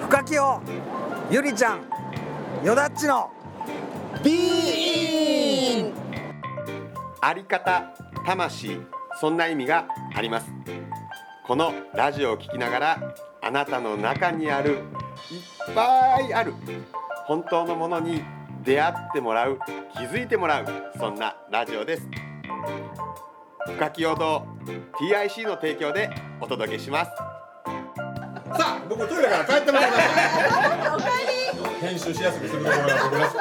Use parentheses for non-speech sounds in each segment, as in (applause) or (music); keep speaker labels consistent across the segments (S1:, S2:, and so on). S1: 深きをゆりちゃんよだっちの
S2: ビーン
S3: あり方魂そんな意味がありますこのラジオを聞きながらあなたの中にあるいっぱいある本当のものに出会ってもらう気づいてもらうそんなラジオです深き陽動 TIC の提供でお届けします
S2: さあ僕トイレから帰ってまいりましたおかえり編集しやすくするところが僕らし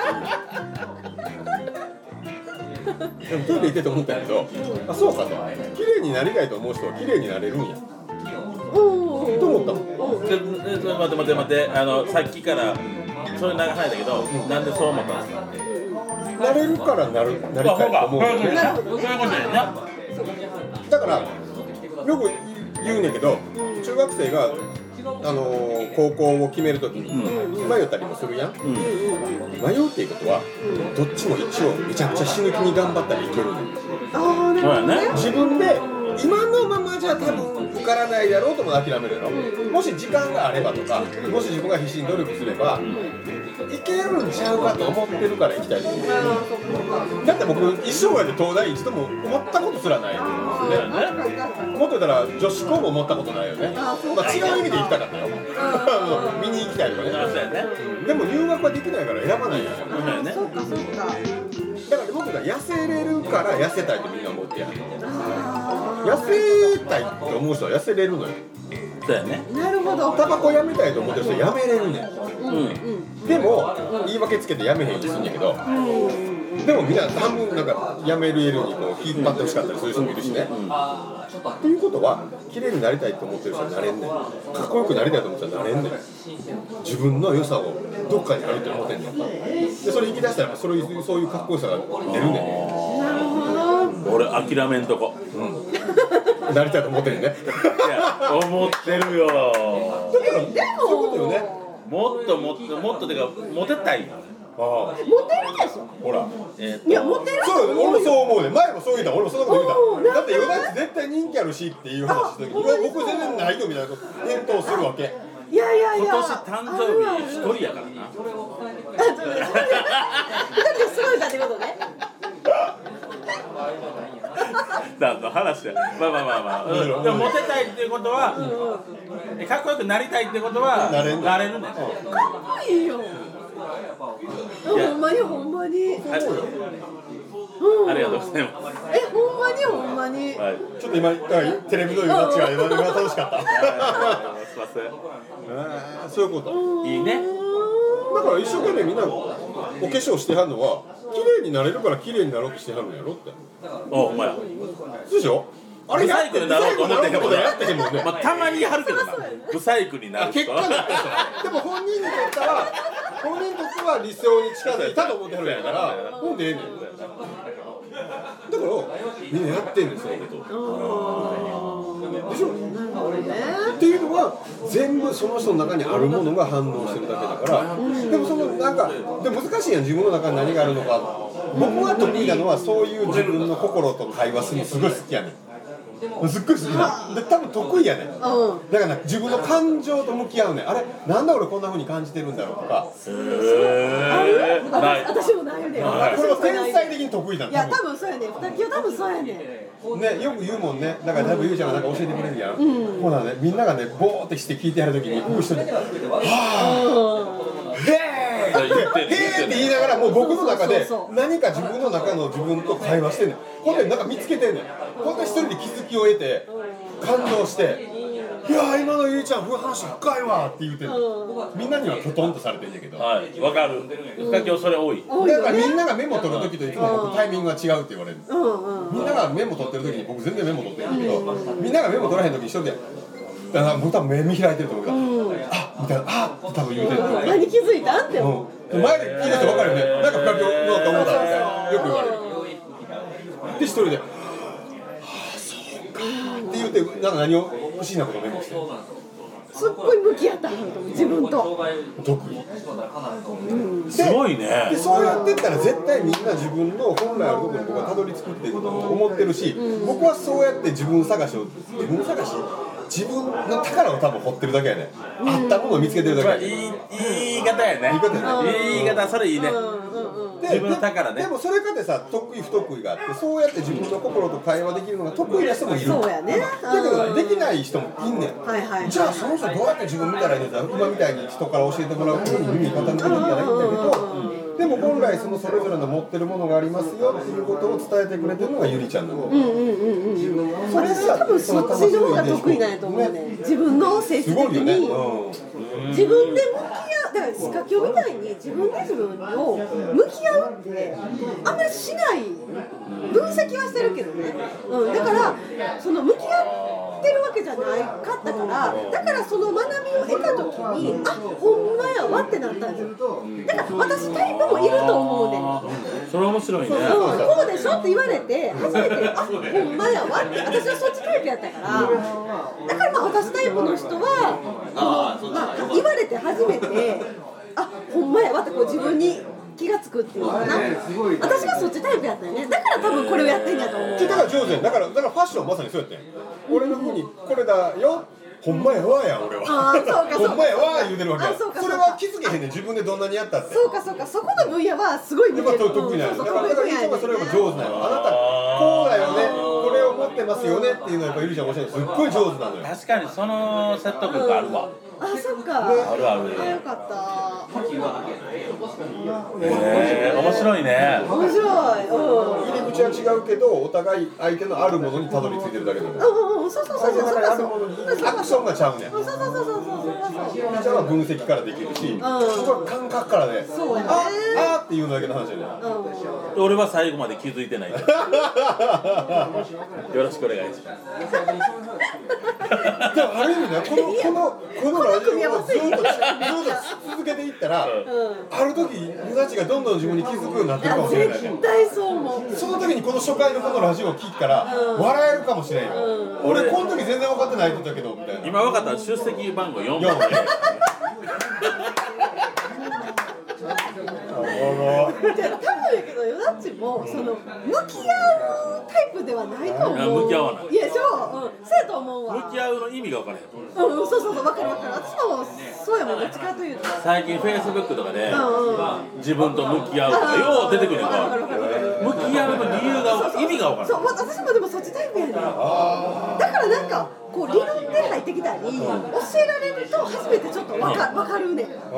S2: くてでもトイレ行ってて思ったんやけどあそうかと綺麗になりたいと思う人は綺麗になれるんやと思ったもん
S4: でで待って待って待ってあのさっきからそれ流されたけど、なんでそう思ったんですか
S2: なれるからなるなりたいと思うよねだからよく言うねんけど中学生があのー高校を決めるときに迷ったりもするやん、迷うっていうことはどっちも一応めちゃくちゃ死ぬ気に頑張ったらいけるねん
S4: そうやね
S2: 自分で今のままじゃ多分受からないやろうとも諦めるやろもし時間があればとかもし自分が必死に努力すればいけるんちゃうかと思ってるから行きたいと思うだって僕一生涯で東大一度も思ったことすらないねもっと言ったら女子校も思ったことないよね、まあ、違う意味で行きたかった (laughs) よ見に行きたいとかね
S4: そうやね
S2: でも入学はできないから選ばないやん
S4: そうやね
S2: だから僕が痩せれるから痩せたいとみんな思ってやる痩せたいって思う人は痩せれるのよ
S4: そうやね
S5: なるほど。
S2: タバコやめたいと思ってる人はやめれるねん
S4: うん
S2: でも言い訳つけてやめへんようにすんやけどでもみんな半分なんかやめるようにこう引っ張ってほしかったりする人もいるしねっていうことは綺麗になりたいと思ってる人はなれんねんかっこよくなりたいと思ってる人はなれんねん自分の良さをどっかにあるって思ってんねんでそれ引き出したらやっぱそれそういうかっこよさが出るねんね
S4: 俺諦めんとこ
S2: なりたいと思ってるね。
S4: いや思ってるよ
S2: でも (laughs) そういうことよね。
S4: もっともっともっとてかモテたいよ
S2: ああ、
S5: モテるでしょ。
S2: ほら。
S4: えー
S5: いや、モテる。
S2: そう、俺もそう思うね。前もそう言った、俺もそんなこと
S5: おー
S2: 言うた。だっ
S5: なん
S2: て、
S5: で
S2: ヨダチ絶対人気あるしっていう話した時、い
S5: あほんま
S2: や
S5: ですか
S2: 僕全然ないよみたいなこと、返答するわけ。
S5: いやいやいや。
S4: 今年誕生日一人やからな
S5: あちょっと待ってなんですごいかってことね。
S4: なんか話やまあまあまあまあ、うんでもモテたいっていうことは、えかっこよくなりたいっていうことは
S2: なれん
S4: なれるね、
S5: かっこいいよ。ほんまにほんまに。うん。
S4: はいありがとうございま
S5: え、ほんまにほんまに
S4: す。はい
S2: ちょっと今、だからテレビのヨダチが今が楽しかった。ああそういうこと。
S4: いいね。
S2: だから一生懸命みんなお化粧してはんのは、綺麗になれるから綺麗になろうとしてはるんやろって。
S4: おお前。
S2: でしょあれ
S4: ブサイクになろうと思ってへんもんね
S2: やってへんもんね。
S4: まあたまにやるけどな。ブサイクになる
S2: 結
S4: 人。
S2: 果だったでも本人にとっては本人にとっては理想に近づいたと思ってるんやからほんでええねんだからみんなやってんねんそういうことでしょっていうのは全部その人の中にあるものが反応してるだけだからでもそのなんかでも難しいやん自分の中に何があるのか僕は得意なのはそういう自分の心と会話するのすごい好きやねんすっごい好きなで多分得意やねん
S5: うん。
S2: だから自分の感情と向き合うねあれなんで俺こんな風に感じてるんだろうとか
S4: へーない。
S5: 私もないね。
S2: あこれは
S5: 私もない
S2: 天才的に得意だ
S5: いや、
S2: な
S5: 多分そうやね。二級多分そうやね。
S2: ねよく言うもんねだから多分ゆうちゃんがなんか教えてくれるやん、ほらねみんながねボーってして聞いてやるときに僕一人で「はあへー
S4: 言って
S2: へ
S4: る
S2: ーって言いながらもう僕の中で
S5: そうそうそ
S2: 何か自分の中の自分と会話してんねんほんでなんか見つけてんねんほんで一人で気づきを得て感動して「いやー今のゆうちゃん不反射深いわ」って言うてんねんみんなにはきょとんとされてんだけど
S4: はい。わかる。深今日それ多い。
S5: 多い
S2: なん
S5: よ
S2: か
S5: ね。
S2: みんながメモ取るときといつも僕タイミングが違うって言われる
S5: うんうん。
S2: みんながメモ取ってるときに僕全然メモ取ってるんだけどみんながメモ取らへんとき一人でだから僕多分目見開いてると思うからあみたいなあって多分言うてると思うから
S5: 何気づいたんって思う。
S2: うん前で聞いた人分かるよねなんか深くようと思ったみたいなよく言われるで一人で「はあそうか」って言うてなんか何を不思議なことメモしてる
S5: すっごい向き合ったんと思う自分と。
S2: 得意
S4: すごいね
S2: で。そうやってったら絶対みんな自分の本来あるところに僕はたどり着くっていうことを思ってるし、僕はそうやって自分探しを自分探し自分の宝を多分掘ってるだけやね、ん、あったものを見つけてるだけ
S4: まあ
S2: や
S4: いい
S2: ね、
S4: いい言い方やね
S2: いい方や
S5: ね
S4: いい言い方それいいね
S5: うんうんうん
S2: で
S4: 自分の宝ね
S2: でもそれかってさ得意不得意があってそうやって自分の心と会話できるのが得意な人もいる
S5: そうやね
S2: だけどできない人もいんねん、
S5: はいはいはい
S2: じゃあその人どうやって自分みたいな人だ今みたいに人から教えてもらうふうに耳に傾けていただくんだけどでも本来そのそれぞれの持ってるものがありますよっていうことを伝えてくれてるのがゆりちゃんなの、
S5: うんうんうんうん
S2: それ
S5: 私多分そっちの方が得意なんやと思うね自分の性質
S2: す
S5: 的
S2: ごいよね、
S5: に
S2: う
S5: 自分で向き合うだから仕掛けみたいに自分で自分を向き合うってあんまりしない分析はしてるけどね、うん、だからその向き合ってるわけじゃないかったからだからその学びを得た時にあほんまやわってなったんですよだから私タイプもいると思うねん
S4: それ面白いね
S5: うん、こうでしょって言われて初めて「あほんまやわ」って私はそっちタイプやったからだからまあ私タイプの人はこの、まあ、言われて初めて「あほんまやわ」ってこう自分に気が付くっていうのかな私がそっちタイプやったよねだから多分これをやってんやと思うん
S2: だから上手やんだからだからファッションまさにそうやってん俺のふうにこれだよほんまやわやん俺は
S5: あーそうかそうか
S2: ほんまやわ言うてるわけや
S5: あそうかそうか
S2: それは気づけへんねん自分でどんなにやったって
S5: そうかそうかそこの分野はすごい
S2: や
S5: 似
S2: ってぱ
S5: る
S2: 得意なん
S5: うん
S2: です
S5: そ
S2: だ
S5: うそ
S2: か
S5: う
S2: らだか
S5: 得
S2: ら
S5: 意
S2: いつ
S5: なんや
S2: もそれが上手なのあなたこうだよねこれを持ってますよねっていうのはやっぱゆりちゃんおっしゃるすっごい上手なのよ
S4: 確かにその説得力あるわ
S5: あそっか
S4: あるある
S5: あよかった
S4: えー面白いね
S5: 面白いうん
S2: 入り口は違うけどお互い相手のあるものにたどり着いてるだけだよ
S5: うんうんそうそうそうそうそう
S2: あ
S5: そ
S2: るもの
S5: うそう
S2: に
S5: そう
S2: アクションがちゃうねん
S5: そうそうそうそうそうそう
S2: ゆりちゃんは分析からできるし、僕は感覚からね、
S5: そうやね
S2: ああーっていうのだけの話やねん
S5: うん
S4: 俺は最後まで気づいてないよろしくお願いしま
S2: で
S4: す
S2: もある意味ね、このこのこのラジ
S5: 組み合
S2: オを
S5: わ
S2: ず
S5: せ
S2: っとずっと続けていったら、ある時ユダチがどんどん自分に気づくようになってるかもしれないね。
S5: 絶対そう思う
S2: その時にこの初回のこのラジオを聞いたら、笑えるかもしれんよ、俺この時全然分かってないって言ったけどみたいな。
S4: 今分かったら出席番号4
S2: よ
S4: 番
S2: うね
S5: じゃあ多分やけどヨダッチもその向き合うタイプではないと思う
S4: あ向き合わない
S5: いやそう、うん、そうやと思うわ
S4: 向き合うの意味が分からへん
S5: うん、うん、そうそうそう分かる分かる私もそうやもんどっちかというと
S4: 最近フェイスブックとかで
S5: うんうんあ
S4: 自分と向き合うとかよう出てくるやんか向き合うの理由が意味が分か
S5: そう私もでもそっちタイプやねんだからなんかこう理論で入ってきたり教えられると初めてちょっと分か分かるねん
S4: らん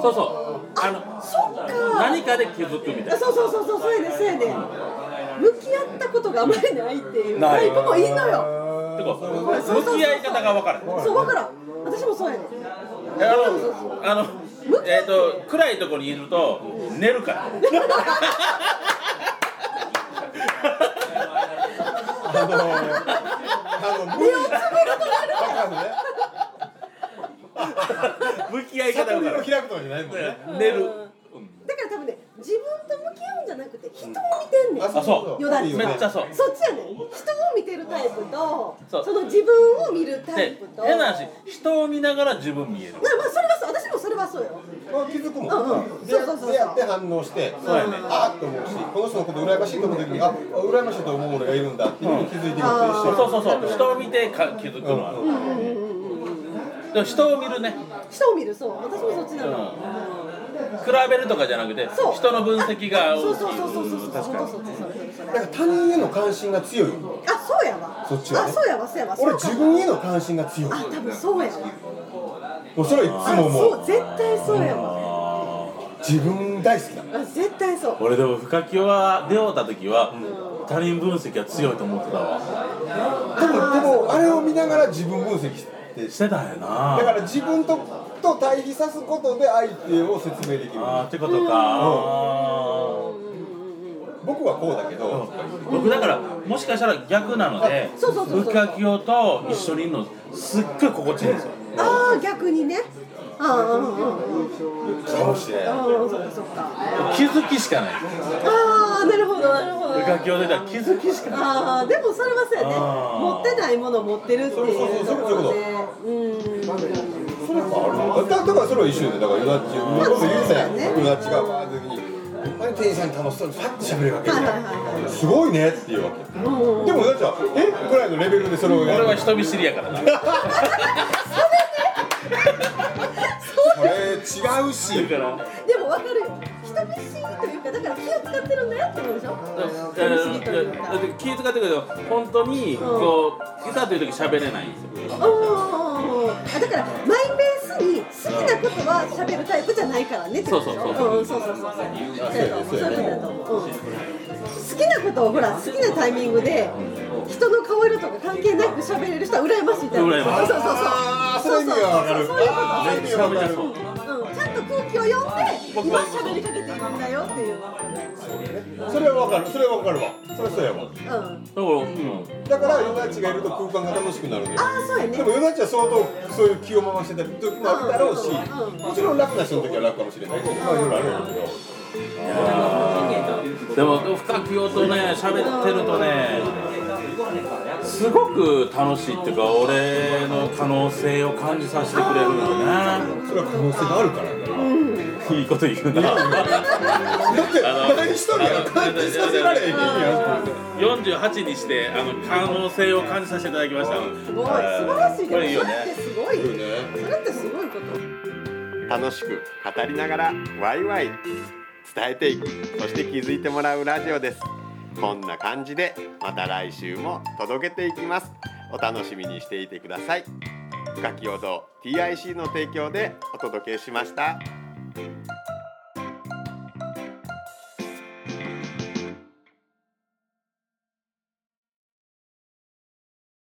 S4: そうそうあの
S5: そっか
S4: 何かで気づくみたいな
S5: そうそうそうそうそうやねんそうやねん向き合ったことがあんまりないっていう
S4: な
S5: タ
S4: い
S5: イプもいいのよ
S4: てか向き合い方が分からへん
S5: そうわからん私もそうやねん
S4: えあの、あの、えっ、と、暗いところにいると、寝るから。
S2: あのあの無理。あのね
S4: 向き合い方
S2: 悟り
S4: が
S2: を
S4: 分か
S2: 開くとかじゃないもんね。
S4: らん。寝る。
S5: だから多分ね自分と向き合うんじゃなくて人を見てんねん
S4: あ、そう。
S5: よだれ
S4: めっちゃそう。
S5: そっちやねん人を見てるタイプと
S4: そう
S5: その自分を見るタイ
S4: で
S5: プ、と
S4: 変な
S5: な
S4: 話、人を見ながら自分見える。
S5: まあそれはそう私もそれはそうよ
S2: まあ気づくもん、
S5: うんうん
S2: で
S5: そうそうそう
S2: でやって反応して
S4: そうやね
S2: あーって思うしこの人のこと羨ましいと思う時にあ羨ましいと思う俺がいるんだっていうのに気づいていくっ
S4: そう
S2: て
S4: そうそうそう、人を見てか気づくのはある。でも人を見るね、
S5: 人を見るそう私もそっちなの、
S4: 比べるとかじゃなくて、
S5: そう
S4: 人の分析が
S5: そう
S4: 大きい。
S5: そうそうそうそうそう
S4: 確か
S5: そうそうそうそうそう
S2: だから他人への関心が強いよ
S5: あそうやわ
S2: そっちはね
S5: あそうやわそうやわ
S2: 俺
S5: そう
S2: 自
S5: か
S2: 分への関心が強い
S5: あ多分そうやわ
S2: もうそれはいつ
S5: あ
S2: もも
S5: そうう絶対そうやわ
S2: 自分大好きだ
S5: あ絶対そう
S4: 俺でも深木は出会った時は、他人分析は強いと思ってたわ
S2: でもでもあれを見ながら自分分析して
S4: してたんやな
S2: だから自分とと対比さすことで相手を説明できる
S4: あーってことか、
S2: 僕はこうだけど
S4: 僕だからもしかしたら逆なので
S5: そうそうそうそう
S4: 深きと一緒にいるのすっごい心地いいんですよ
S5: ああ逆にねああうんうんうん
S2: かもしれない
S5: うんそっかそっか
S4: 気づきしかない
S5: ああなるほどなるほど
S4: 深きを出たら気づきしかない
S5: ああでもそれはそうやね
S4: あー
S5: 持ってないものを持ってるっていうところでうん
S2: それもあるだだからそれは一緒よねだからユナッチ僕も言うたやんユナッチがわーって時にまに店員さんに楽しそうにパッと喋るわけ
S5: はいはいは
S2: すごいねっていうわけでもなんかえぐらいのレベルでそれをや
S4: 俺
S2: る
S4: は人見知りやからな
S2: これ違うし
S4: だから
S5: いでもわかるよ人見知りというかだから気を使ってるんだよって思うでしょ
S4: いやいやいやだって気遣ってるけど本当にこういざという時喋れないんですよ
S5: おーあだからマイペースに好きなことは喋るタイプじゃないからねってことでしょ
S4: そうそうそう
S5: うんそうそうそうそうそうそういうことだと思う、うん、好きなことをほら好きなタイミングで人の顔色とか関係なく喋れる人は羨ましいタイプ
S4: 羨ましい
S5: そう
S2: あー
S5: そうそうそう
S2: そういう意味がわかる
S5: そういうこと
S2: あーそういう意味がわかる
S5: うんちゃんと空気を読んで今喋りかけてるんだよっていう
S2: それはわかるそれはわかるわそれはそうやわ
S5: うん
S4: だから、うん、
S2: だからヨダチがいると空間が楽しくなるね
S5: ああそうやね
S2: でもヨダチは相当そういう気を回してた時もあるだろうし
S5: うん
S2: もちろん楽な人の時は楽かもしれないけどまあいろいろあるんだけど
S4: でも深く言うとね喋ってるとねすごく楽しいっていうか俺の可能性を感じさせてくれるよね
S2: それは可能性があるからね
S4: いいこと言うな
S2: だって誰 (laughs) 一人が感じさせられへんやん
S4: 48にしてあの可能性を感じさせていただきました
S5: すごい素晴らしい
S4: これいい
S5: でも
S4: よ
S5: それっ
S4: ね
S5: てすごいそれってすごいこと
S3: 楽しく語りながらワイワイ伝えていくそして気づいてもらうラジオですこんな感じでまた来週も届けていきますお楽しみにしていてください深きお堂 TIC の提供でお届けしました